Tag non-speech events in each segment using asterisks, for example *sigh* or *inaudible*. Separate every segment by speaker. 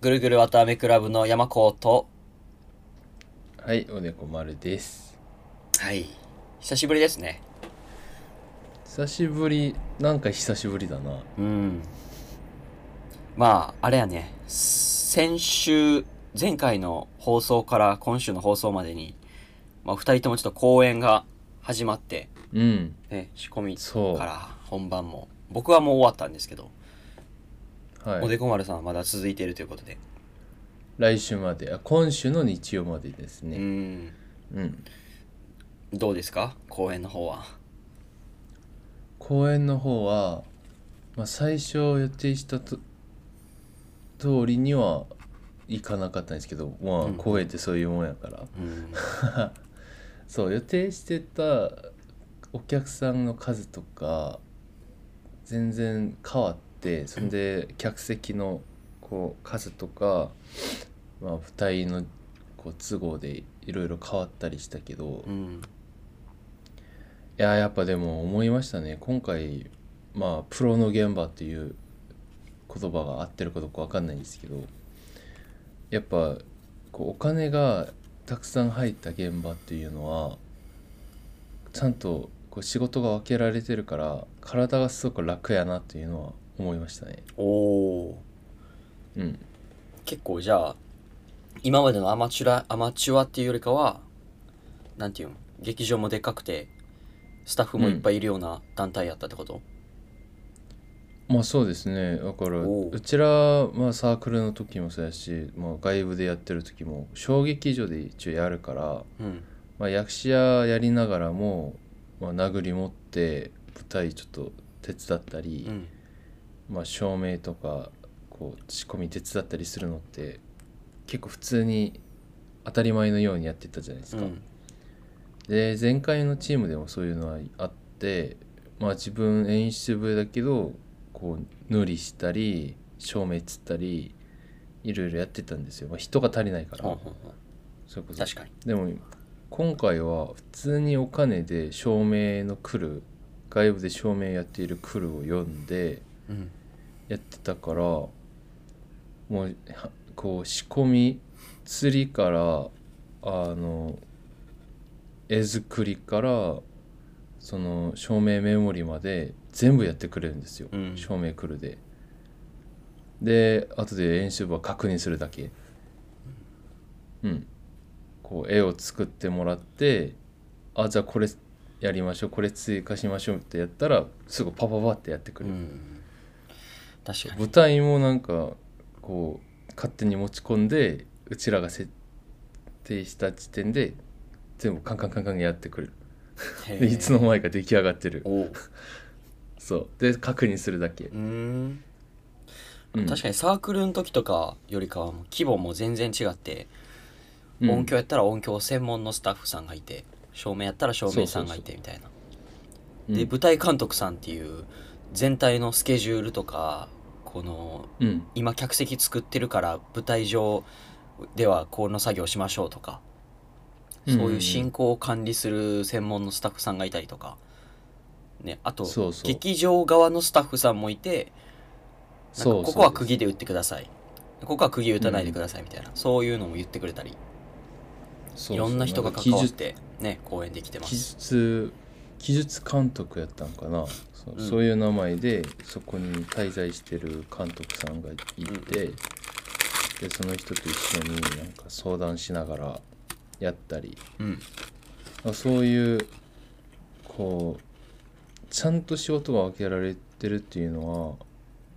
Speaker 1: ぐるぐるわたあめクラブの山子と、
Speaker 2: はい、おでこ丸です。
Speaker 1: はい。久しぶりですね。
Speaker 2: 久しぶり、なんか久しぶりだな。
Speaker 1: うん。まあ、あれやね、先週、前回の放送から今週の放送までに、まあ、二人ともちょっと公演が始まって、
Speaker 2: うん、
Speaker 1: ね、仕込み
Speaker 2: そう
Speaker 1: から本番も、僕はもう終わったんですけど、お
Speaker 2: は
Speaker 1: で
Speaker 2: い。
Speaker 1: こ丸さんはまだ続いているということで。
Speaker 2: 来週まで、あ、今週の日曜までです
Speaker 1: う
Speaker 2: ね。
Speaker 1: ん。
Speaker 2: うん。
Speaker 1: どうですか公演の方は。
Speaker 2: 公演の方は、まあ、最初予定したと通りには行かなかったんですけど、まあ
Speaker 1: うん、
Speaker 2: 公演ってそういうもんやから。
Speaker 1: うん。
Speaker 2: そう予定してたお客さんの数とか全然変わってそれで客席のこう数とか、まあ、舞台のこう都合でいろいろ変わったりしたけど
Speaker 1: う
Speaker 2: い
Speaker 1: ん。
Speaker 2: ややっぱでも思いましたね今回まあプロの現場っていう言葉が合ってるかどうかわかんないんですけどやっぱこうお金がたくさん入った現場っていうのはちゃんとこう仕事が分けられてるから体がすごく楽やなっていうのは思いましたね。
Speaker 1: おー。
Speaker 2: うん、
Speaker 1: 結構じゃあ今までのアマチュラアマチュアっていうよりかはなんていうの劇場もでっかくてスタッフもいっぱいいるような団体やったってこと、
Speaker 2: まあそうですねだから
Speaker 1: おう
Speaker 2: うちら、まあ、サークルの時もそうやし、まあ、外部でやってる時も小劇場で一応やるから、
Speaker 1: うん、
Speaker 2: まあ、役者やりながらも、まあ、殴り持って舞台ちょっと手伝ったり。
Speaker 1: うん
Speaker 2: まあ、照明とかこう仕込み手伝ったりするのって結構普通に当たり前のようにやってたじゃないです
Speaker 1: う
Speaker 2: か。
Speaker 1: ん
Speaker 2: で前回のチームでもそういうのはあって、まあ、自分演出部だけどこう塗りしたり照明つったりいろいろやってたんですよ、まあ、人が足りないか
Speaker 1: ほん
Speaker 2: ら
Speaker 1: ほんほん
Speaker 2: それこそ
Speaker 1: 確かに
Speaker 2: でも今回は普通にお金で照明のクルー外部で照明やっているクルーを呼んで
Speaker 1: うん
Speaker 2: やってたからもうはこう仕込み釣りからあの絵作りからその照明メモリまで全部やってくれるんですよ、
Speaker 1: うん
Speaker 2: 照明来るでで後で演習部は確認するだけうんこう絵を作ってもらってあじゃあこれやりましょうこれ追加しましょうってやったらすぐパパパってやってく
Speaker 1: う
Speaker 2: れる、
Speaker 1: ん確かに
Speaker 2: 舞台もなんかこう勝手に持ち込んでうちらが設定した時点で全部カンカンカンカンやってくれる
Speaker 1: へ
Speaker 2: で
Speaker 1: ー
Speaker 2: *laughs* いつの間にか出来上がってる
Speaker 1: おう
Speaker 2: そうで確認するだけ
Speaker 1: う、ん
Speaker 2: うん
Speaker 1: 確かにサークルの時とかよりかはもう規模も全然違って、
Speaker 2: うん
Speaker 1: 音響やったら音響専門のスタッフさんがいて照明やったら照明さんがいてみたいなで舞台監督さんっていう全体のスケジュールとかこの
Speaker 2: うん、うん
Speaker 1: 今客席作ってるから舞台上ではこの作業しましょうとか、そういう進行を管理する専門のスタッフさんがいたりとか、ね、あと
Speaker 2: そうそう
Speaker 1: 劇場側のスタッフさんもいてなんか
Speaker 2: そう
Speaker 1: ここは
Speaker 2: そう
Speaker 1: 釘で打ってくださいここは釘打たないでくださいみたいな、そういうのも言ってくれたり
Speaker 2: そう
Speaker 1: いろんな人が
Speaker 2: そう
Speaker 1: 関わっ
Speaker 2: 技術
Speaker 1: て、ね、公演できてま
Speaker 2: 技
Speaker 1: す。
Speaker 2: 術技術監督やったんかなそ,、う
Speaker 1: うん
Speaker 2: そういう名前でそこに滞在してる監督さんがいて、
Speaker 1: うん
Speaker 2: でその人と一緒になんか相談しながらやったり
Speaker 1: うん
Speaker 2: まあそういうこうちゃんと仕事が分けられてるっていうの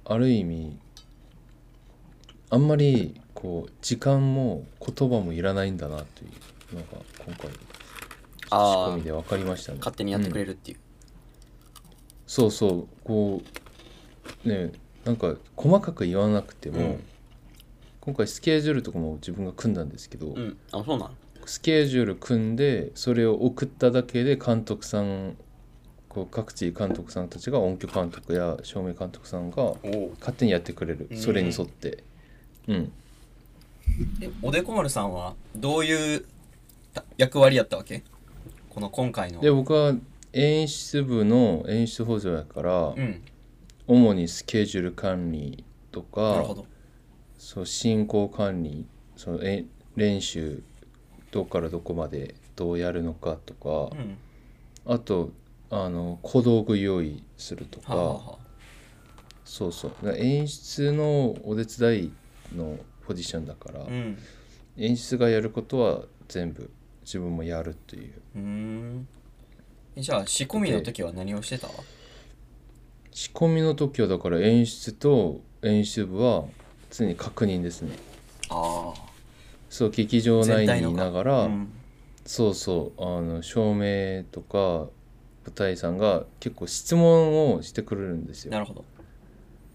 Speaker 2: はある意味あんまりこう時間も言葉もいらないんだなというのが今回仕
Speaker 1: あー
Speaker 2: 込みで分かりましたね。
Speaker 1: 勝手にやってく
Speaker 2: うん
Speaker 1: れるっていう、
Speaker 2: そうそうこうねなんか細かく言わなくても、
Speaker 1: うん
Speaker 2: 今回スケジュールとかも自分が組んだんですけど、
Speaker 1: うん、あそうなの
Speaker 2: スケジュール組んでそれを送っただけで監督さんこう各地監督さんたちが音響監督や照明監督さんが
Speaker 1: お
Speaker 2: 勝手にやってくれる
Speaker 1: うん
Speaker 2: それに沿って、うん、
Speaker 1: えおでこ丸さんはどういうた役割やったわけこの今回の
Speaker 2: で僕は演出部の演出補助やから、
Speaker 1: うん
Speaker 2: 主にスケジュール管理と
Speaker 1: なる
Speaker 2: か
Speaker 1: ほど
Speaker 2: そう進行管理そのえ練習どこからどこまでどうやるのかとか
Speaker 1: うん
Speaker 2: あとあの小道具用意するとか、
Speaker 1: はあ、はあは
Speaker 2: そうそうだから演出のお手伝いのポジションだから、
Speaker 1: あ、うん
Speaker 2: 演出がやることは全部自分もやるという
Speaker 1: うーんえじゃあ仕込みの時は何をしてた
Speaker 2: 仕込みの時はだから演出と演出部は常に確認ですね
Speaker 1: あ
Speaker 2: そう劇場内
Speaker 1: 全体
Speaker 2: に
Speaker 1: の
Speaker 2: い
Speaker 1: か
Speaker 2: なが
Speaker 1: あ
Speaker 2: ら、
Speaker 1: うん
Speaker 2: そうそうあの照明とか舞台さんが結構質問をしてくれるんですよ
Speaker 1: なるほど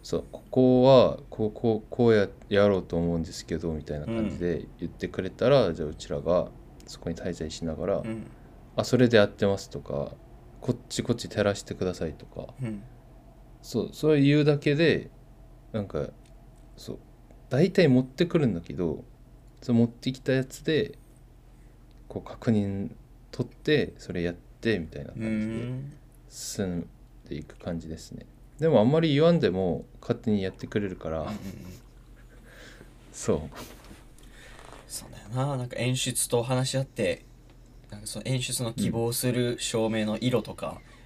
Speaker 2: そうここはこうこうこうややろうと思うんですけどみたいな感じで言ってくれたら、じゃあうちらがそこに滞在しながら、
Speaker 1: うん
Speaker 2: あそれでやってますとかこっちこっち照らしてくださいとか
Speaker 1: うん
Speaker 2: そうそれ言うだけでなんかそう大体持ってくるんだけどその持ってきたやつでこう確認取ってそれやってみたいな
Speaker 1: う
Speaker 2: 感じで
Speaker 1: ん
Speaker 2: 進んでいく感じですねでもあんまり言わんでも勝手にやってくれるからそう
Speaker 1: そうだよななんか演出と話し合ってなんかその演出の希望する照明の色とか、
Speaker 2: うん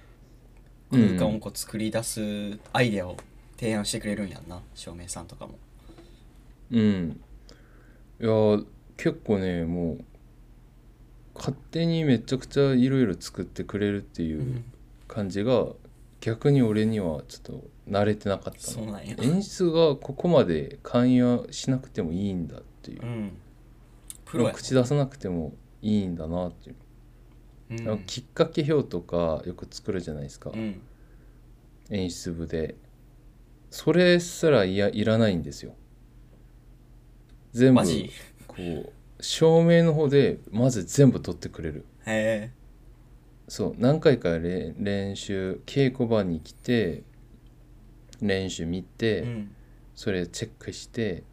Speaker 1: 空間をこう作り出すアイデアを提案してくれるんやんな照明さんとかも
Speaker 2: うんいやー結構ねもう勝手にめちゃくちゃいろいろ作ってくれるっていううん感じが、逆に俺にはちょっと慣れてなかった
Speaker 1: そう
Speaker 2: の
Speaker 1: なんや
Speaker 2: 演出がここまで関与しなくてもいいんだっていうう、
Speaker 1: んプロや、
Speaker 2: 口出さなくてもいいんだなってい
Speaker 1: う
Speaker 2: う、あの
Speaker 1: ん
Speaker 2: きっかけ表とかよく作るじゃないですか、
Speaker 1: うん、
Speaker 2: 演出部でそれすらいやいらないんですよ全部
Speaker 1: マジ
Speaker 2: こう照明の方でまず全部取ってくれる
Speaker 1: へ
Speaker 2: そう何回かれ練習稽古場に来て練習見て、
Speaker 1: え、うん、
Speaker 2: それチェックして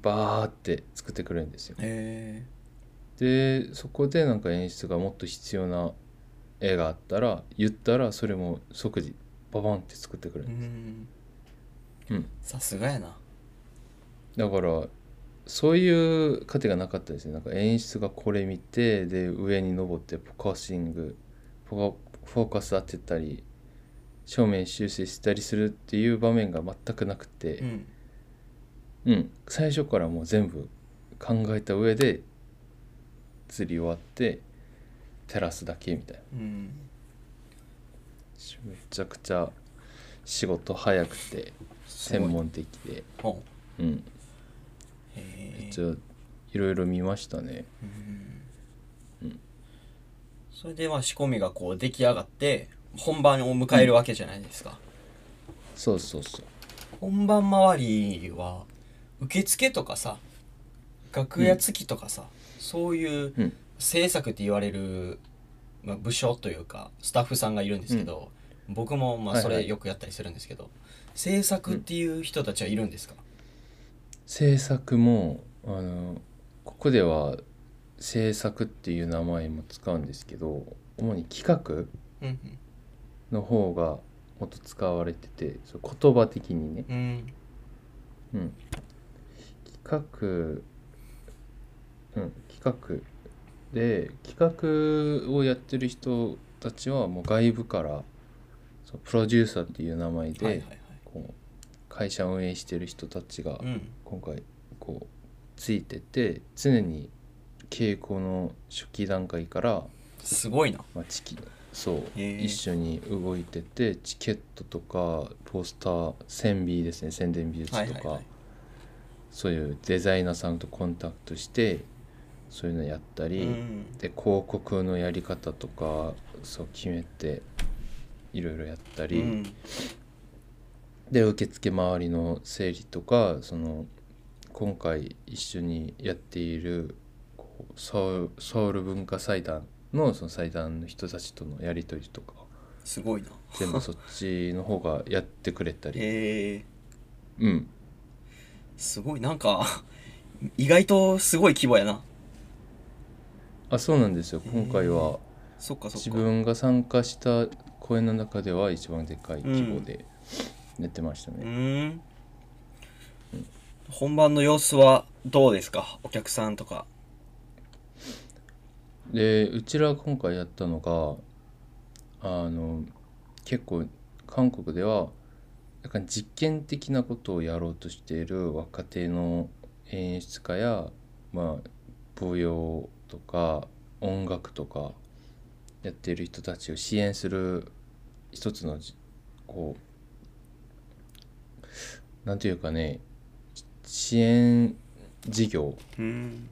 Speaker 2: バーって作ってくれるんですよ
Speaker 1: へ
Speaker 2: でそこでなんか演出がもっと必要な絵があったら言ったらそれも即時ババンって作ってくれ
Speaker 1: え、う、
Speaker 2: る
Speaker 1: ん、
Speaker 2: うん
Speaker 1: さすがやな
Speaker 2: だからそういう過程がなかったですねなんか演出がこれ見てで上に登ってフォーカシングフォフォーカス当てたり正面修正したりするっていう場面が全くなく
Speaker 1: う
Speaker 2: て、
Speaker 1: ん
Speaker 2: うん最初からもう全部考えた上で釣り終わって照らすだけみたいな
Speaker 1: うん
Speaker 2: めちゃくちゃ仕事早くて
Speaker 1: す
Speaker 2: 専
Speaker 1: ごい
Speaker 2: 門的で、
Speaker 1: ほ
Speaker 2: うん、
Speaker 1: うへえ
Speaker 2: めっちゃいろいろ見ましたね。
Speaker 1: それでまあ仕込みがこう出来上がって本番を迎えるわけじゃないですか、
Speaker 2: そうそうそう
Speaker 1: 本番周りは受付とかさ楽屋付きとかさ、そういう
Speaker 2: うん
Speaker 1: 制作って言われる、まあ、部署というかスタッフさんがいるんですけど、僕もまあ
Speaker 2: はい
Speaker 1: そ
Speaker 2: はい
Speaker 1: れよくやったりするんですけど、制作っていう人たちはいるんですか、
Speaker 2: 制作もあのここでは制作っていう名前も使うんですけど主に企
Speaker 1: うんうん
Speaker 2: 画の方がもっと使われててそう言葉的にね、
Speaker 1: うん
Speaker 2: うん、企画、うん、企画で企画をやってる人たちはもう外部からそうプロデューサーっていう名前で、
Speaker 1: はいはいはい
Speaker 2: こう会社を運営してる人たちが
Speaker 1: うん
Speaker 2: 今回こうついてて常に稽古の初期段階から、
Speaker 1: すごいな
Speaker 2: まあ、チキそう
Speaker 1: へえ
Speaker 2: 一緒に動いててチケットとかポスター線美ですね宣伝美術とか、
Speaker 1: はいはいはい
Speaker 2: そういうデザイナーさんとコンタクトしてそういうのやったり、
Speaker 1: うん
Speaker 2: で広告のやり方とかそう決めていろいろやったり。
Speaker 1: うん
Speaker 2: で受付周りの整理とかその今回一緒にやっているこうソウルソウル文化祭壇のその祭壇の人たちとのやり取りとか
Speaker 1: すごいな
Speaker 2: 全部そっちの方がやってくれたり、
Speaker 1: へ *laughs* え
Speaker 2: うん、
Speaker 1: すごいなんか意外とすごい規模やな
Speaker 2: あそうなんですよ
Speaker 1: へえ
Speaker 2: 今回は
Speaker 1: そっかそっ
Speaker 2: 自
Speaker 1: か
Speaker 2: 分が参加した公演の中では一番でかい規模でやってました
Speaker 1: う
Speaker 2: ね。
Speaker 1: ーん本番の様子はどうですかお客さんとか。
Speaker 2: でうちら今回やったのがあの結構韓国ではなんか実験的なことをやろうとしている若手の演出家や、まあ、舞踊とか音楽とかやっている人たちを支援する一つのじこうなんていうかね支援事業
Speaker 1: うん。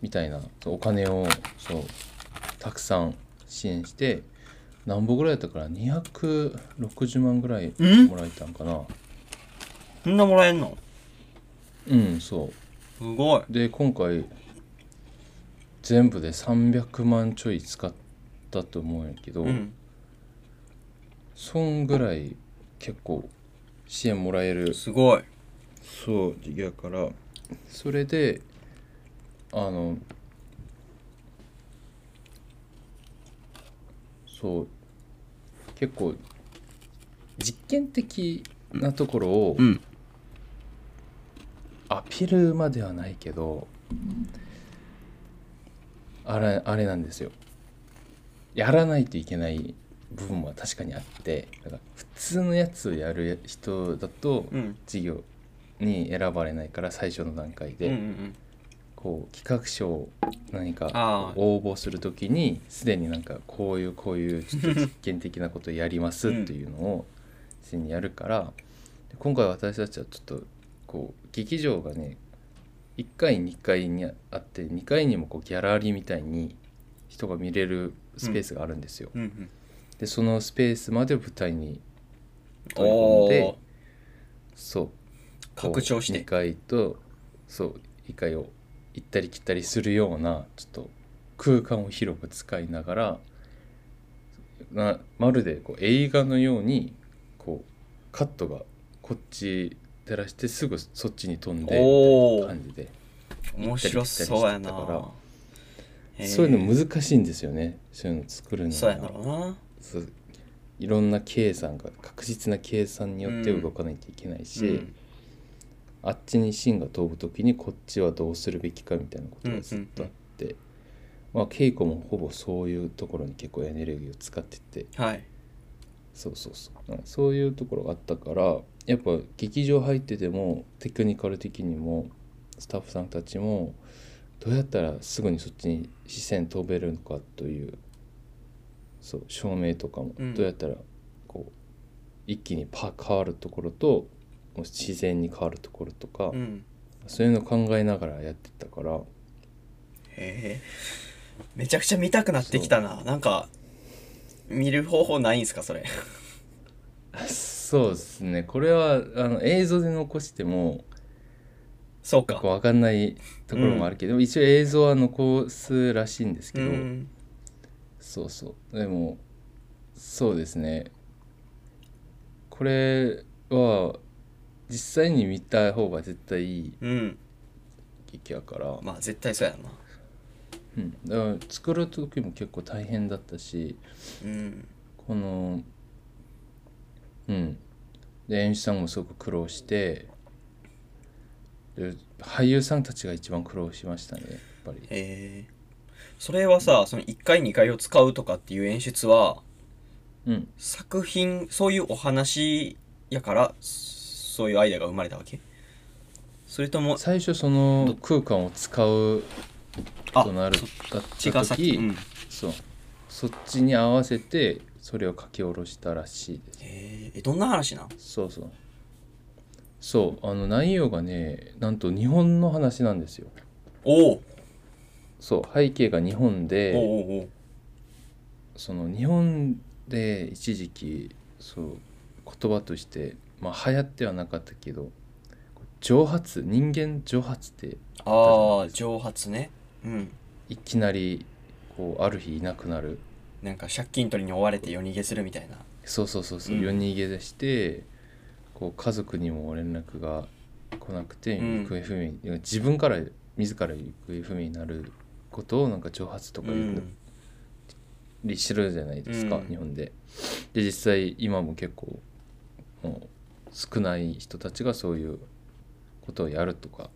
Speaker 2: みたいなそうお金をそうたくさん支援して何本ぐらいやったから260万ぐらい
Speaker 1: うん
Speaker 2: もらえたんかな
Speaker 1: そんなもらえんの
Speaker 2: うん、そ
Speaker 1: すごい。
Speaker 2: うで今回全部で300万ちょい使ったと思うんやけど、
Speaker 1: うん。
Speaker 2: そんぐらい結構支援もらえる
Speaker 1: すごい。
Speaker 2: そうやからそれであのそう結構実験的なところを
Speaker 1: うん。
Speaker 2: アピールまではないけどあれあれなんですよやらないといけない部分は確かにあってだから普通のやつをやる人だと
Speaker 1: うん。
Speaker 2: 事業に選ばれないから最初の段階
Speaker 1: うん
Speaker 2: で、
Speaker 1: うん
Speaker 2: こう企画書を何か
Speaker 1: あー
Speaker 2: 応募するときにすでになんかこういうこういうちょっと実験的なことをやりますっていうのを先にやるからで今回私たちはちょっとこう劇場がね1階2階にあって2階にもこうギャラリーみたいに人が見れるスペースがあるんですよ。
Speaker 1: うん。うん
Speaker 2: でそのスペースまで舞台
Speaker 1: う
Speaker 2: に
Speaker 1: ん。
Speaker 2: 取り込ん
Speaker 1: お
Speaker 2: で
Speaker 1: ー
Speaker 2: そう
Speaker 1: 拡張して
Speaker 2: 2階とそう2階を行ったり来たりするようなちょっと空間を広く使いながらなまるでこう映画のようにこうカットがこっち照らしてすぐそっちに飛んでみ
Speaker 1: お
Speaker 2: たいな
Speaker 1: ー
Speaker 2: 感じで
Speaker 1: 面白そうやな
Speaker 2: 行ったり来たりしてたか
Speaker 1: へ
Speaker 2: ら
Speaker 1: ー
Speaker 2: そういうの難しいんですよねそういうの作るの
Speaker 1: そうやんだろうな
Speaker 2: そういろんな計算が確実な計算によって動かないといけないし、
Speaker 1: うん
Speaker 2: あっちに芯が飛ぶ時にこっちはどうするべきかみたいなことがずっとあって、まあ、稽古もほぼそういうところに結構エネルギーを使ってて
Speaker 1: はい
Speaker 2: そうそうそううんそういうところがあったからやっぱ劇場入っててもテクニカル的にもスタッフさんたちもどうやったらすぐにそっちに視線飛べるのかというそう照明とかも
Speaker 1: うん
Speaker 2: どうやったらこう一気にパ変わるところともう自然に変わるところとか、
Speaker 1: うん
Speaker 2: そういうのを考えながらやってたから
Speaker 1: へえめちゃくちゃ見たくなってきたななんか見る方法ないんすかそれ
Speaker 2: そうですねこれはあの映像で残しても
Speaker 1: そう
Speaker 2: こ
Speaker 1: か
Speaker 2: う分かんないところもあるけど、一応映像は残すらしいんです
Speaker 1: う
Speaker 2: けど、
Speaker 1: ん
Speaker 2: そうそうでもそうですねこれは実際に見た方が絶対いい
Speaker 1: うん
Speaker 2: 劇やから、
Speaker 1: まあ絶対そうやな
Speaker 2: うん、だから作る時も結構大変だったし
Speaker 1: うん
Speaker 2: このうんで演出さんもすごく苦労してで俳優さんたちが一番苦労しましたねやっぱり
Speaker 1: へえそれはさその1回2回を使うとかっていう演出は
Speaker 2: うん
Speaker 1: 作品そういうお話やからそういうアイデアが生まれたわけそれとも
Speaker 2: 最初その空間を使う
Speaker 1: あ
Speaker 2: となる
Speaker 1: そっ
Speaker 2: だっ
Speaker 1: ち
Speaker 2: た
Speaker 1: が先、
Speaker 2: 時、
Speaker 1: うん、へ
Speaker 2: そうそっちに合わせてそれを書き下ろしたらしいです
Speaker 1: ええどんな話なん
Speaker 2: そうそうそうあの内容がねなんと日本の話なんですよ
Speaker 1: おお
Speaker 2: そう背景が日本で
Speaker 1: おうおうおう
Speaker 2: その日本で一時期そう言葉として、まあ、流行ってはなかったけど蒸発人間蒸発って
Speaker 1: ああ蒸発ねうん
Speaker 2: いきなりこうある日いなくなる
Speaker 1: なんか借金取りに追われて夜逃げするみたいな
Speaker 2: そうそうそうそう、
Speaker 1: うん
Speaker 2: 夜逃げ出してこう家族にも連絡が来なくて
Speaker 1: うん
Speaker 2: 行方不明に、自分から自ら行方不明になることをなんか蒸発とか
Speaker 1: う
Speaker 2: 言うんりしてるじゃないですか、
Speaker 1: うん
Speaker 2: 日本で。で実際今も結構もう少ない人たちがそういうことをやるとか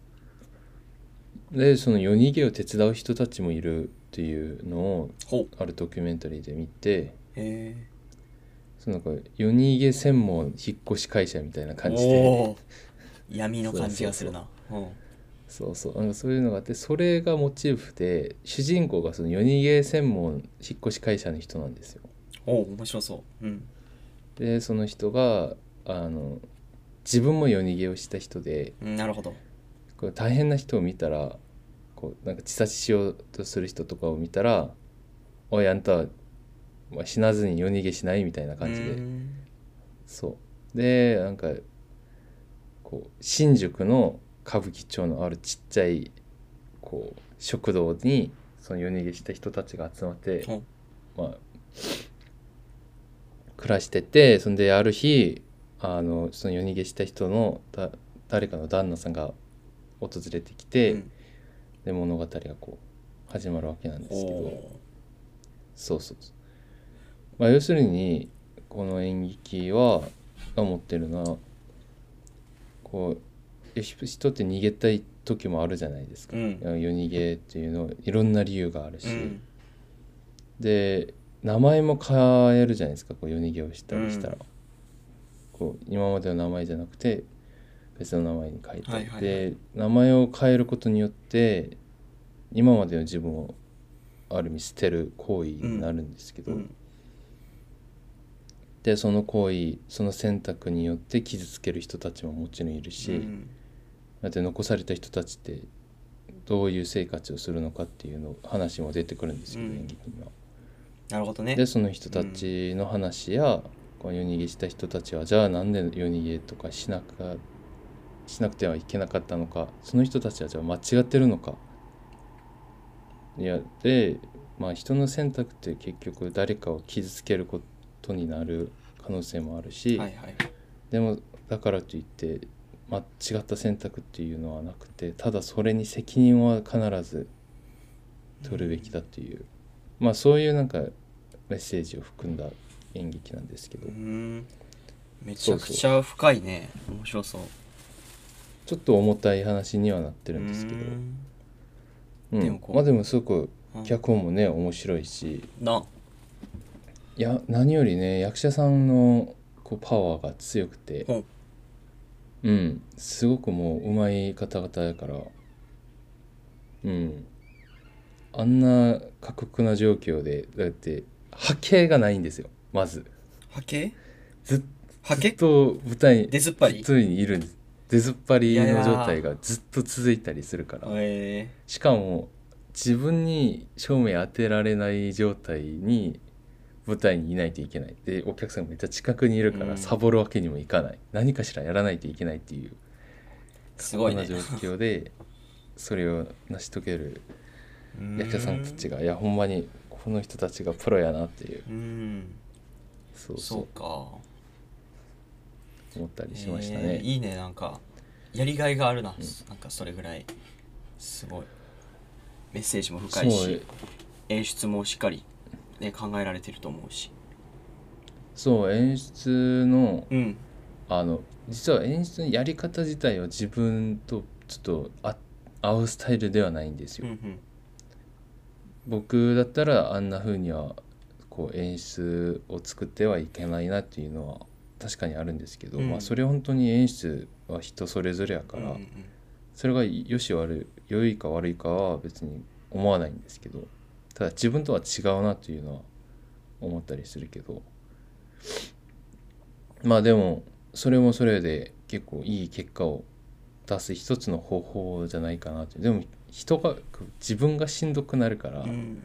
Speaker 2: でその夜逃げを手伝う人たちもいるっていうのを
Speaker 1: ほう
Speaker 2: あるドキュメンタリーで見て
Speaker 1: へえ
Speaker 2: そのなんか夜逃げ専門引っ越し会社みたいな感じで
Speaker 1: おー闇の感じがするなうん
Speaker 2: そうそうなんかそういうのがあってそれがモチーフで主人公がその夜逃げ専門引っ越し会社の人なんですよ。
Speaker 1: おー面白そううん
Speaker 2: でその人があの自分も夜逃げをした人で
Speaker 1: うんなるほど
Speaker 2: こう大変な人を見たらこうなんか自殺しようとする人とかを見たら「おいあんたはまあ死なずに夜逃げしない」みたいな感じ
Speaker 1: うー
Speaker 2: で
Speaker 1: ん
Speaker 2: そうでなんかこう新宿の歌舞伎町のあるちっちゃいこう食堂にその夜逃げした人たちが集まって
Speaker 1: ほう
Speaker 2: まあ、暮らしててそんである日あのその夜逃げした人のだ誰かの旦那さんが訪れてきて、
Speaker 1: うん
Speaker 2: で物語がこう始まるわけなんですけ
Speaker 1: お
Speaker 2: ど
Speaker 1: ー
Speaker 2: そうそうそう、まあ、要するにこの演劇はが持ってるのはこうひ人って逃げたい時もあるじゃないですか、
Speaker 1: うん
Speaker 2: 夜逃げっていうのいろんな理由があるし。
Speaker 1: うん
Speaker 2: で名前も変えるじゃないですかこう夜逃げをしたりしたら、
Speaker 1: うん
Speaker 2: こう今までの名前じゃなくて別の名前に変えて、
Speaker 1: はいはいはい
Speaker 2: で名前を変えることによって今までの自分をある意味捨てる行為になるんですけど、
Speaker 1: うん
Speaker 2: でその行為その選択によって傷つける人たちももちろんいるし、
Speaker 1: うん
Speaker 2: だって残された人たちってどういう生活をするのかっていうの話も出てくるんですけど、
Speaker 1: うん
Speaker 2: 演劇には。
Speaker 1: なるほどね
Speaker 2: でその人たちの話や、こう夜逃げした人たちはじゃあなんで夜逃げとかしなくしなくてはいけなかったのかその人たちはじゃあ間違ってるのかいやで、まあ、人の選択って結局誰かを傷つけることになる可能性もあるし、
Speaker 1: はいはい
Speaker 2: でもだからといって間違った選択っていうのはなくてただそれに責任は必ず取るべきだという、まあそういうなんかメッセージを含んだ演劇なんですけ
Speaker 1: う
Speaker 2: ど
Speaker 1: ーんめちゃくちゃ深いね面白そう
Speaker 2: ちょっと重たい話にはなってる
Speaker 1: うん
Speaker 2: ですけど、
Speaker 1: ーん
Speaker 2: うん
Speaker 1: でもこう
Speaker 2: まあでもすごく
Speaker 1: うん
Speaker 2: 脚本もね面白いし
Speaker 1: ない
Speaker 2: や何よりね役者さんのこうパワーが強くて
Speaker 1: ほ
Speaker 2: うんすごくもう上手い方々やからうんあんな過酷な状況でだって波形がないんですよまず
Speaker 1: 波形
Speaker 2: ずっ
Speaker 1: 波
Speaker 2: ずっ
Speaker 1: 形
Speaker 2: と舞台に
Speaker 1: 出
Speaker 2: ず
Speaker 1: ずっぱ
Speaker 2: っ
Speaker 1: り
Speaker 2: といるんです出ずっぱり
Speaker 1: いやいや
Speaker 2: の状態がずっと続いたりするから
Speaker 1: え
Speaker 2: しかも自分に照明当てられない状態に舞台にいないといけないでお客さんがめっちゃ近くにいるか
Speaker 1: う
Speaker 2: ら
Speaker 1: ん
Speaker 2: サボるわけにもいかない、何かしらやらないといけないっていう
Speaker 1: ー、すごいね
Speaker 2: こんな状況でそれを成し遂げる役者さんたち
Speaker 1: が
Speaker 2: がいやほんまにこの人たちがプロやなっていう
Speaker 1: うん
Speaker 2: そう
Speaker 1: そう
Speaker 2: そ
Speaker 1: か
Speaker 2: う思ったりしました
Speaker 1: え
Speaker 2: ね
Speaker 1: ー、いいねなんかやりがいがあるな、
Speaker 2: うん
Speaker 1: なんかそれぐらいすごいメッセージも深い
Speaker 2: そう
Speaker 1: し演出もしっかり、ね、考えられてると思うし
Speaker 2: そう演出の
Speaker 1: うん
Speaker 2: あの実は演出のやり方自体は自分とちょっとあ合うスタイルではないんですよ
Speaker 1: うんうん
Speaker 2: 僕だったらあんな風にはこう演出を作ってはいけないなっていうのは確かにあるんですけど、
Speaker 1: うん
Speaker 2: まあ、それは本当に演出は人それぞれやか
Speaker 1: うん
Speaker 2: ら、
Speaker 1: うんうん
Speaker 2: それが良し悪い良いか悪いかは別に思わないんですけどただ自分とは違うなというのは思ったりするけどまあでもそれもそれで結構いい結果を出す一つの方法じゃないかなってでも人が自分がしんどくなるから、
Speaker 1: うん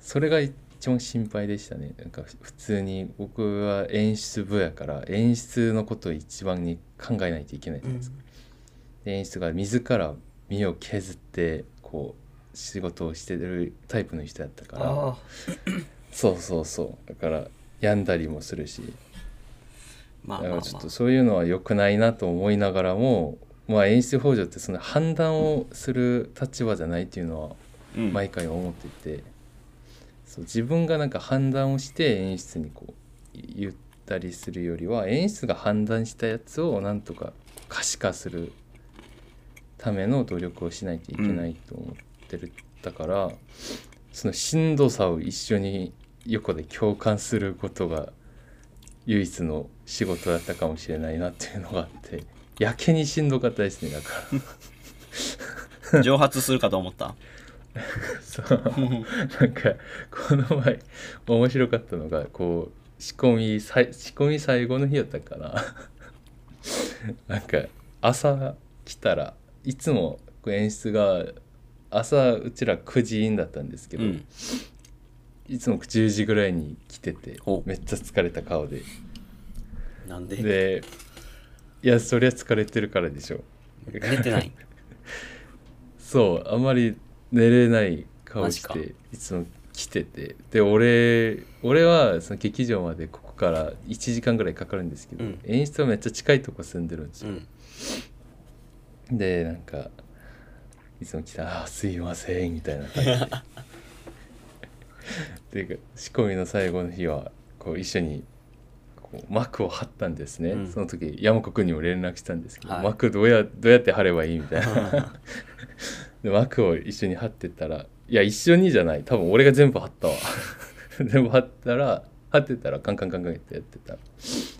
Speaker 2: それが一番心配でしたねなんか普通に僕は演出部やから演出のことを一番に考えないといけないじゃないですか。で演出が自ら身を削ってこう仕事をしてるタイプの人だったから
Speaker 1: あー
Speaker 2: そうそうそうだから病んだりもするし
Speaker 1: ま
Speaker 2: だ
Speaker 1: あまあま
Speaker 2: から
Speaker 1: あ
Speaker 2: ちょっとそういうのは良くないなと思いながらも、まあ、演出法上ってその判断をする立場じゃないっていうのは
Speaker 1: うん
Speaker 2: 毎回思っていて、そう自分がなんか判断をして演出にこう言ったりするよりは演出が判断したやつをなんとか可視化するための努力をしないといけないと思ってるだから、そのしんどさを一緒に横で共感することが唯一の仕事だったかもしれないなっていうのがあってやけにしんどかったですねだから
Speaker 1: 蒸発するかと思った。
Speaker 2: そうなんかこの前面白かったのがこう仕込みさい仕込み最後の日やったからなんか朝来たらいつもこう演出が朝うちら9時んだったんですけ
Speaker 1: う
Speaker 2: ど、
Speaker 1: ん。
Speaker 2: いつも10時ぐらいに来てて
Speaker 1: お
Speaker 2: めっちゃ疲れた顔で
Speaker 1: なんで
Speaker 2: でいやそりゃ疲れてるからでしょ寝
Speaker 1: 寝てない。
Speaker 2: そうあんまり寝れない顔
Speaker 1: マジ
Speaker 2: し
Speaker 1: か
Speaker 2: ていつも来ててで俺俺はその劇場までここから1時間ぐらいかかるんですけど、
Speaker 1: うん
Speaker 2: 演出はめっちゃ近いとこ住んでるんです
Speaker 1: う
Speaker 2: よ、
Speaker 1: ん。
Speaker 2: でなんかいつも来たら「あーすいません」
Speaker 1: *laughs*
Speaker 2: みたいな感じでっていうか仕込みの最後の日はこう一緒にこう幕を張ったんですね、
Speaker 1: うん
Speaker 2: その時山子君にも連絡したんですけど、
Speaker 1: はい
Speaker 2: 幕どうやどうやって張ればいいみたいなで幕を一緒に張ってったらいや一緒にじゃない多分俺が全部張ったわ *laughs* 全部張ったら張ってたらカンカンカンカンってやってた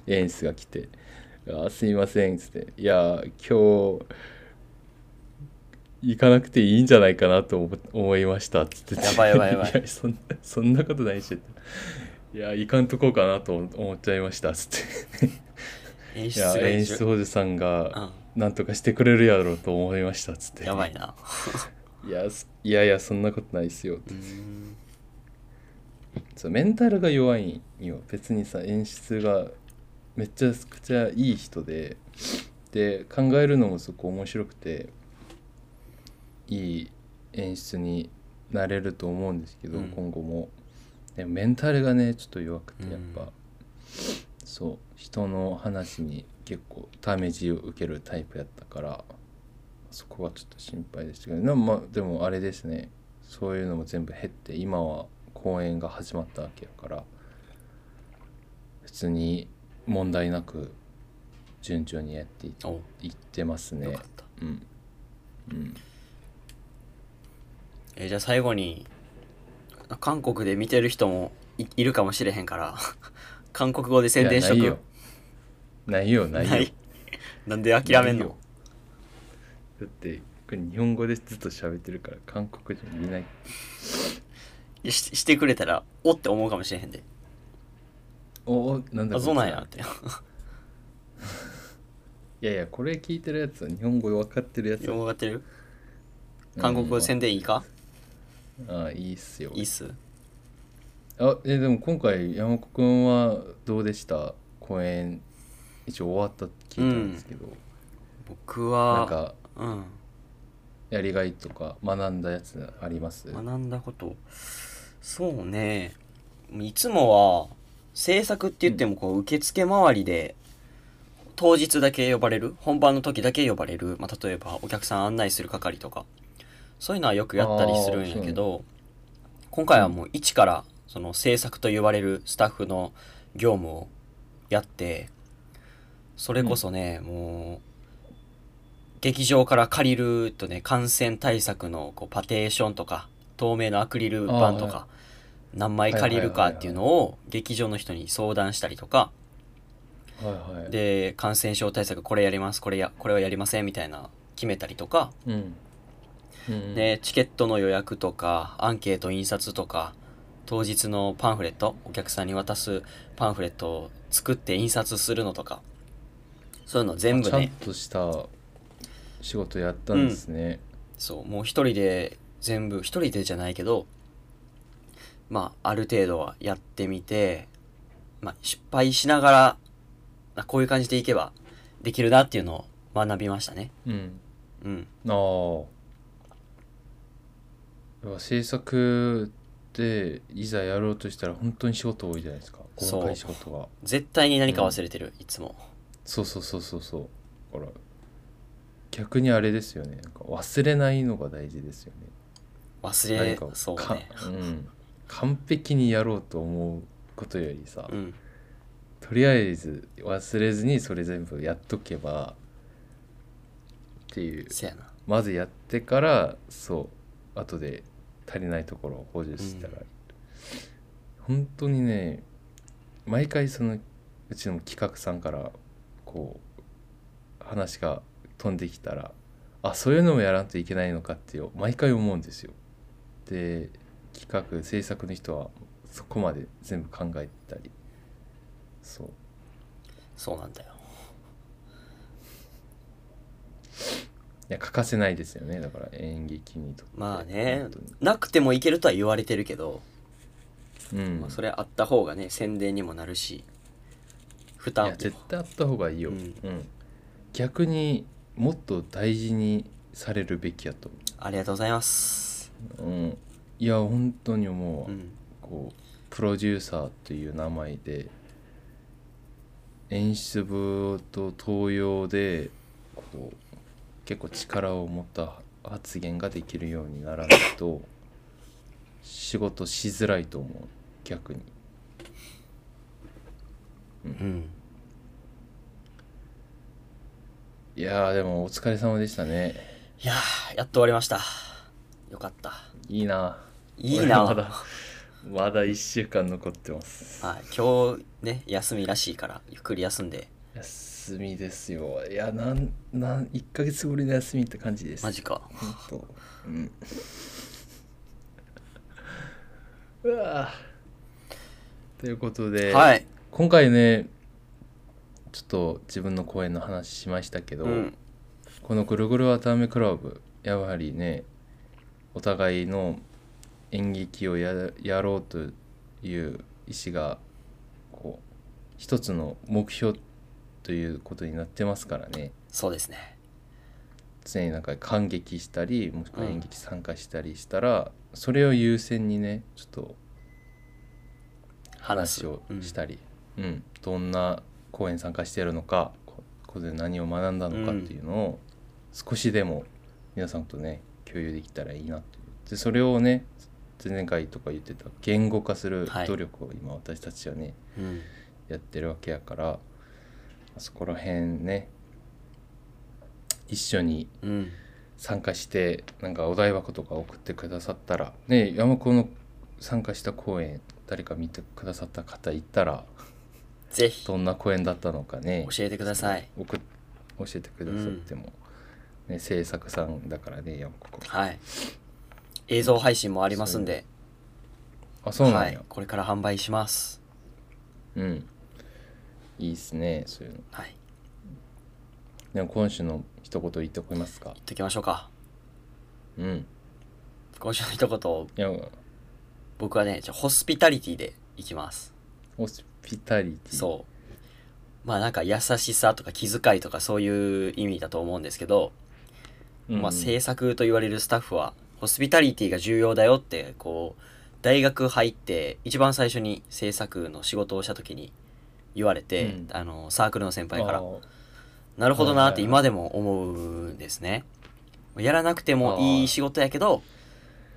Speaker 2: 演出が来て「あーすいません」っつって「いやー今日行かなくていいんじゃないかなと思思いました」っつってて
Speaker 1: やばいやばいやばい
Speaker 2: *laughs* いやそんなそんなことないし」いや行かんとこうかなと思っちゃいました」っ
Speaker 1: *laughs*
Speaker 2: つって
Speaker 1: 演
Speaker 2: 「い
Speaker 1: 出
Speaker 2: や
Speaker 1: が
Speaker 2: 演
Speaker 1: 一
Speaker 2: 出
Speaker 1: 緒。
Speaker 2: おじさんがなんとかしてくれるやろうと思いました」っつって
Speaker 1: やばいな。
Speaker 2: いやすいやいやそんなことないっすよって
Speaker 1: うーん。
Speaker 2: そうメンタルが弱いんよ別にさ演出がめっちゃくちゃいい人でで考えるのもすごく面白くていい演出になれると思うんですけど、
Speaker 1: うん
Speaker 2: 今後もでもメンタルがねちょっと弱く
Speaker 1: うん
Speaker 2: てやっぱ、そう人の話に結構ダメージを受けるタイプやったからそこはちょっと心配でしたけどなまあでもあれですねそういうのも全部減って今は公演が始まったわけやから普通に問題なく順調にやってい
Speaker 1: お
Speaker 2: いってますね
Speaker 1: よかった。
Speaker 2: うんうん
Speaker 1: えーじゃあ最後に、韓国で見てる人もいいるかもしれへんから、 *laughs* 韓国語で宣伝しと
Speaker 2: いや
Speaker 1: く。
Speaker 2: ないよないよ
Speaker 1: な
Speaker 2: ないよ
Speaker 1: い。なんで諦めん
Speaker 2: ない
Speaker 1: の
Speaker 2: よだってこれ日本語でずっと喋ってるから韓国人見ない
Speaker 1: いやししてくれたら、おって思うかもしれへんで。
Speaker 2: おおなん
Speaker 1: あ、
Speaker 2: だこいつ
Speaker 1: そうなんやって。
Speaker 2: いやいやこれ聞いてるやつは日本語分かってるやつ
Speaker 1: よう分かってる韓国語宣伝いいか
Speaker 2: ああいいっすよ
Speaker 1: いいっす。
Speaker 2: あえでも今回山子くんはどうでした公演一応終わったって聞いたんですけど、
Speaker 1: 僕
Speaker 2: なん
Speaker 1: は、
Speaker 2: か
Speaker 1: うん。
Speaker 2: やりがいとか学んだやつあります
Speaker 1: 学んだことそうねいつもは制作って言ってもこう受付周りで当日だけ呼ばれる本番の時だけ呼ばれる、まあ、例えばお客さん案内する係とかそういうのはよくやったりするんやけど今回はもう一からその制作と言われるスタッフの業務をやってそれこそね、もう劇場から借りるとね感染対策のこうパテーションとか透明のアクリル板と
Speaker 2: あー
Speaker 1: か何枚借りるかっていうのを劇場の人に相談したりとか
Speaker 2: はいはい
Speaker 1: で感染症対策これやりますこれやこれはやりませんみたいな決めたりとか
Speaker 2: うんうん
Speaker 1: でチケットの予約とかアンケート印刷とか当日のパンフレットお客さんに渡すパンフレットを作って印刷するのとかそういうの全部
Speaker 2: あちゃん
Speaker 1: ね
Speaker 2: とした仕事やったんですね、
Speaker 1: そうもう一人で全部一人でじゃないけどまあある程度はやってみて、まあ、失敗しながらあこういう感じでいけばできるなっていうのを学びましたね
Speaker 2: うん
Speaker 1: うん
Speaker 2: ああやっぱ制作でいざやろうとしたら本当に仕事多いじゃないですか
Speaker 1: そう
Speaker 2: 細かい仕事が
Speaker 1: 絶対に何か忘れてる、いつも
Speaker 2: そうそうそうそうそうだから逆にあれですよねなんか忘れないのが大事ですよね
Speaker 1: 忘れ
Speaker 2: 何かを
Speaker 1: そう
Speaker 2: か
Speaker 1: ね
Speaker 2: うん、完璧にやろうと思うことよりさ、
Speaker 1: うん
Speaker 2: とりあえず忘れずにそれ全部やっとけばっていう
Speaker 1: せやな
Speaker 2: まずやってからそう後で足りないところを補充したら、
Speaker 1: う
Speaker 2: 本当にね毎回そのうちの企画さんからこう話が飛んできたらあそういうのもやらんといけないのかってよ毎回思うんですよ。で企画制作の人はそこまで全部考えてたりそう
Speaker 1: そうなんだよ
Speaker 2: いや欠かせないですよねだから演劇にとって
Speaker 1: まあね
Speaker 2: 本当に
Speaker 1: なくてもいけるとは言われてるけど、
Speaker 2: うん、
Speaker 1: まあ、それあった方がね宣伝にもなるし負
Speaker 2: い
Speaker 1: 担
Speaker 2: や絶対あった方がいいよ、
Speaker 1: う
Speaker 2: うんん逆にもっと大事にされるべきやと
Speaker 1: ありがとうございます、
Speaker 2: 思う、うん、いや本当にもう、
Speaker 1: うん、
Speaker 2: こうプロデューサーという名前で演出部と東洋でこう結構力を持った発言ができるようにならないと仕事しづらいと思う逆に
Speaker 1: うん、
Speaker 2: いやーでもお疲れ様でしたね
Speaker 1: いやーやっと終わりましたよかった
Speaker 2: いいない
Speaker 1: い
Speaker 2: 俺
Speaker 1: な
Speaker 2: まだまだ1週間残ってます
Speaker 1: はい、今日ね休みらしいからゆっくり休んで
Speaker 2: 休みですよいやなんなん1ヶ月ぶりの休みって感じです
Speaker 1: マジか
Speaker 2: ほんと
Speaker 1: *laughs*
Speaker 2: うんうわぁということで、
Speaker 1: はい、
Speaker 2: 今回ねちょっと自分の公演の話しましたけど、
Speaker 1: うん、
Speaker 2: この「ぐるぐるわたあめクラブ」やはりねお互いの演劇をややろうという意思がこう一つの目標ということになってますからね
Speaker 1: そうですね
Speaker 2: 常になんか感激したりもしくは演劇参加したりしたら、それを優先にねちょっと
Speaker 1: 話す
Speaker 2: 話をしたり、うんどんな講演参加してるのかこここで何を学んだのかっていうのを少しでも皆さんとね共有できたらいいなとでそれをね前々回とか言ってた言語化する
Speaker 1: はい
Speaker 2: 努力を今私たちはね、
Speaker 1: うん、うん
Speaker 2: やってるわけやからそこら辺ね一緒に
Speaker 1: うん
Speaker 2: 参加してなんかお題箱とか送ってくださったらね山子の参加した公演誰か見てくださった方いたら
Speaker 1: ぜひ教
Speaker 2: どんな公演だったのかね
Speaker 1: えてください
Speaker 2: 送っ教えてくださっても、ね、制作さんだからね山子君
Speaker 1: はい映像配信もありますんで
Speaker 2: あそうな
Speaker 1: は
Speaker 2: ん
Speaker 1: い
Speaker 2: や、、
Speaker 1: これから販売します
Speaker 2: うんいいっすねそういうの
Speaker 1: はい言
Speaker 2: でも今週の一言言っておきますか
Speaker 1: っときましょうか
Speaker 2: うん
Speaker 1: 今週の一言
Speaker 2: いや
Speaker 1: 僕はねじゃあホスピタリティでいきます
Speaker 2: ホスピタリティ
Speaker 1: そうまあなんか優しさとか気遣いとかそういう意味だと思うんですけど、
Speaker 2: うん、
Speaker 1: まあ、制作と言われるスタッフはホスピタリティが重要だよってこう大学入って一番最初に制作の仕事をした時に言われて、
Speaker 2: うん
Speaker 1: あのサークルの先輩から
Speaker 2: あー
Speaker 1: なるほどなって
Speaker 2: はいはいはい
Speaker 1: 今でも思うんですね。やらなくてもいい仕事やけど、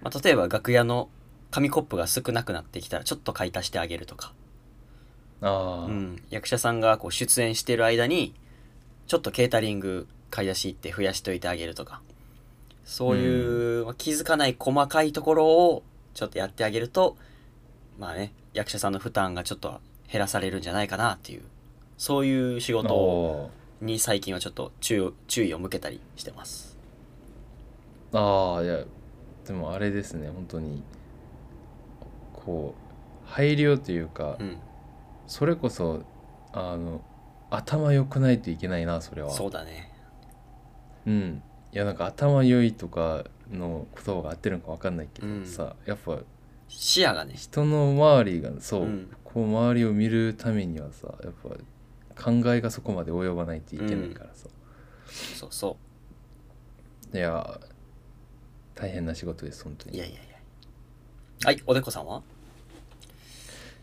Speaker 1: まあ、例えば楽屋の紙コップが少なくなってきたらちょっと買い足してあげるとか、
Speaker 2: あー、
Speaker 1: うん、役者さんがこう出演してる間にちょっとケータリング買い出し行って増やしといてあげるとかそういう、まあ気づかない細かいところをちょっとやってあげるとまあね役者さんの負担がちょっとは減らされるんじゃないかなっていうそういう仕事を
Speaker 2: あー
Speaker 1: に最近はちょっと注意注意を向けたりしてます。
Speaker 2: ああいやでもあれですね本当にこう配慮というか、
Speaker 1: うん、
Speaker 2: それこそあの頭良くないといけないなそれは
Speaker 1: そうだね。
Speaker 2: うんいやなんか頭良いとかの言葉が合ってるのか分かんないけど、
Speaker 1: うん
Speaker 2: さやっぱ
Speaker 1: 視野がね、
Speaker 2: 人の周りがそう、
Speaker 1: うん
Speaker 2: こう周りを見るためにはさやっぱ考えがそこまで及ばないといけないからさ、
Speaker 1: そうそ
Speaker 2: いや大変な仕事です本当
Speaker 1: う。
Speaker 2: に
Speaker 1: いやいやいや。はい、おでこさんは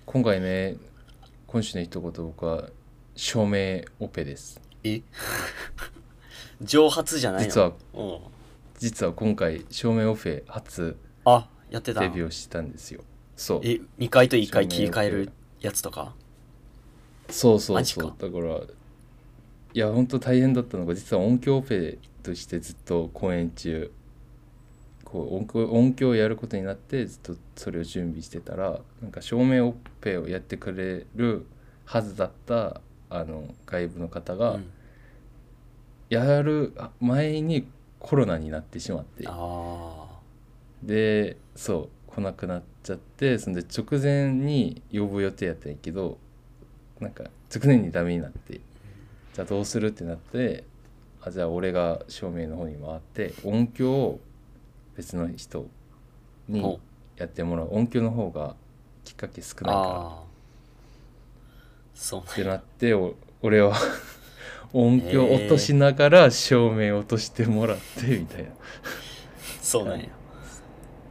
Speaker 2: 今回ね今週の一言僕は照明オペです
Speaker 1: え *laughs* 蒸発じゃないの
Speaker 2: 実は
Speaker 1: うん。
Speaker 2: 実は今回照明オペ初
Speaker 1: あ、やってた。
Speaker 2: デビューをしたんですよそう
Speaker 1: え、2回と1回切り替えるやつとか
Speaker 2: そうそ
Speaker 1: マ
Speaker 2: う
Speaker 1: ジ
Speaker 2: そう
Speaker 1: か
Speaker 2: だからいや本当大変だったのが実は音響オペとしてずっと公演中こう音響音響をやることになってずっとそれを準備してたらなんか照明オペをやってくれるはずだったあの外部の方が、
Speaker 1: うん
Speaker 2: やる前にコロナになってしまって
Speaker 1: あ
Speaker 2: でそう来なくなっちゃってそんで直前に呼ぶ予定やったんやけどなんか直前にダメになってじゃあどうするってなってあじゃあ俺が照明の方に回って音響を別の人
Speaker 1: ー
Speaker 2: に
Speaker 1: ほ
Speaker 2: やってもらう音響の方がきっかけ少ないから
Speaker 1: あーそう
Speaker 2: ってなってお俺は *laughs* 音響落としながら照明落としてもらってみたいな
Speaker 1: そうなんや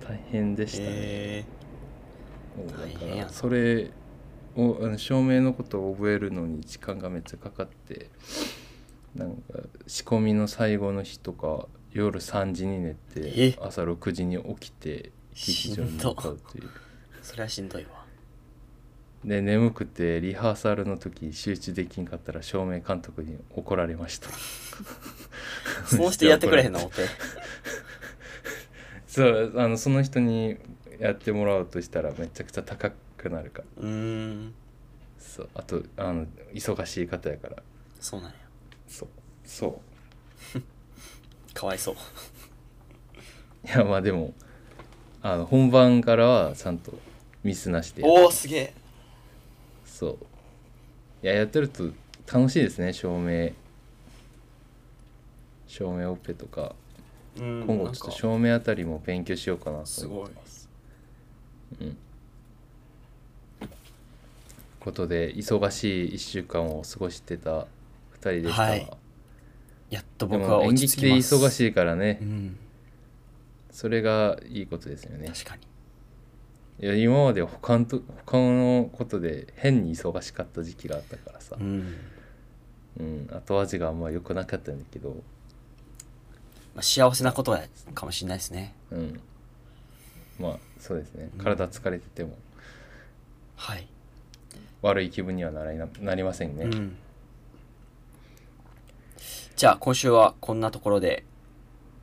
Speaker 2: 大変でしたね。
Speaker 1: へ
Speaker 2: もうだから
Speaker 1: 大変やな
Speaker 2: それをあの照明のことを覚えるのに時間がめっちゃかかってなんか仕込みの最後の日とか夜3時に寝て
Speaker 1: え
Speaker 2: 朝6時に起きて
Speaker 1: え
Speaker 2: 劇
Speaker 1: し
Speaker 2: 場に
Speaker 1: ん
Speaker 2: 向
Speaker 1: ど
Speaker 2: かうという
Speaker 1: それはしんどいわ
Speaker 2: で眠くてリハーサルの時集中できんかったら照明監督に怒られました
Speaker 1: *laughs* そう *laughs* してやってくれへんのオペ
Speaker 2: そうあのその人にやってもらおうとしたらめちゃくちゃ高くなるから
Speaker 1: うーん
Speaker 2: そうあとあの忙しい方やから
Speaker 1: そうなんや
Speaker 2: そうそう
Speaker 1: かわいそう
Speaker 2: いやまあでもあの本番からはちゃんとミスなしで
Speaker 1: おおすげえ
Speaker 2: そういややってると楽しいですね照明照明オペとか
Speaker 1: うん
Speaker 2: 今後ちょっと照明あたりも勉強しようかなと
Speaker 1: す
Speaker 2: 思
Speaker 1: ご
Speaker 2: っ
Speaker 1: い
Speaker 2: てますうんことで忙しい1週間を過ごしてた2人でしたが、
Speaker 1: はいやっと
Speaker 2: で
Speaker 1: 僕は
Speaker 2: も演
Speaker 1: 落ち着
Speaker 2: 劇
Speaker 1: き
Speaker 2: で
Speaker 1: ます
Speaker 2: 忙しいからね、
Speaker 1: うん
Speaker 2: それがいいことですよね
Speaker 1: 確かに
Speaker 2: いや今まで他のと他のことで変に忙しかった時期があったからさ
Speaker 1: う、ん
Speaker 2: うん、後味があんま良くなかったんだけど、
Speaker 1: まあ幸せなことやかもしれないですね
Speaker 2: うん、まあそうですね
Speaker 1: うん
Speaker 2: 体疲れてても
Speaker 1: はい
Speaker 2: 悪い気分にはならいななりませんね、
Speaker 1: うんじゃあ今週はこんなところで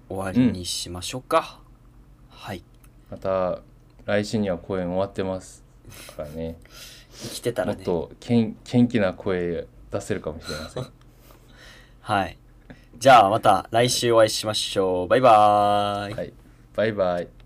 Speaker 1: 終わりにしましょうか、はい
Speaker 2: また来週には公演終わってますからね
Speaker 1: 生きてた
Speaker 2: も
Speaker 1: ら
Speaker 2: っ
Speaker 1: ね
Speaker 2: とけん *laughs* 元気な声出せるかもしれません
Speaker 1: はいじゃあまた来週お会いしましょうバイバーイ
Speaker 2: はいバイバイ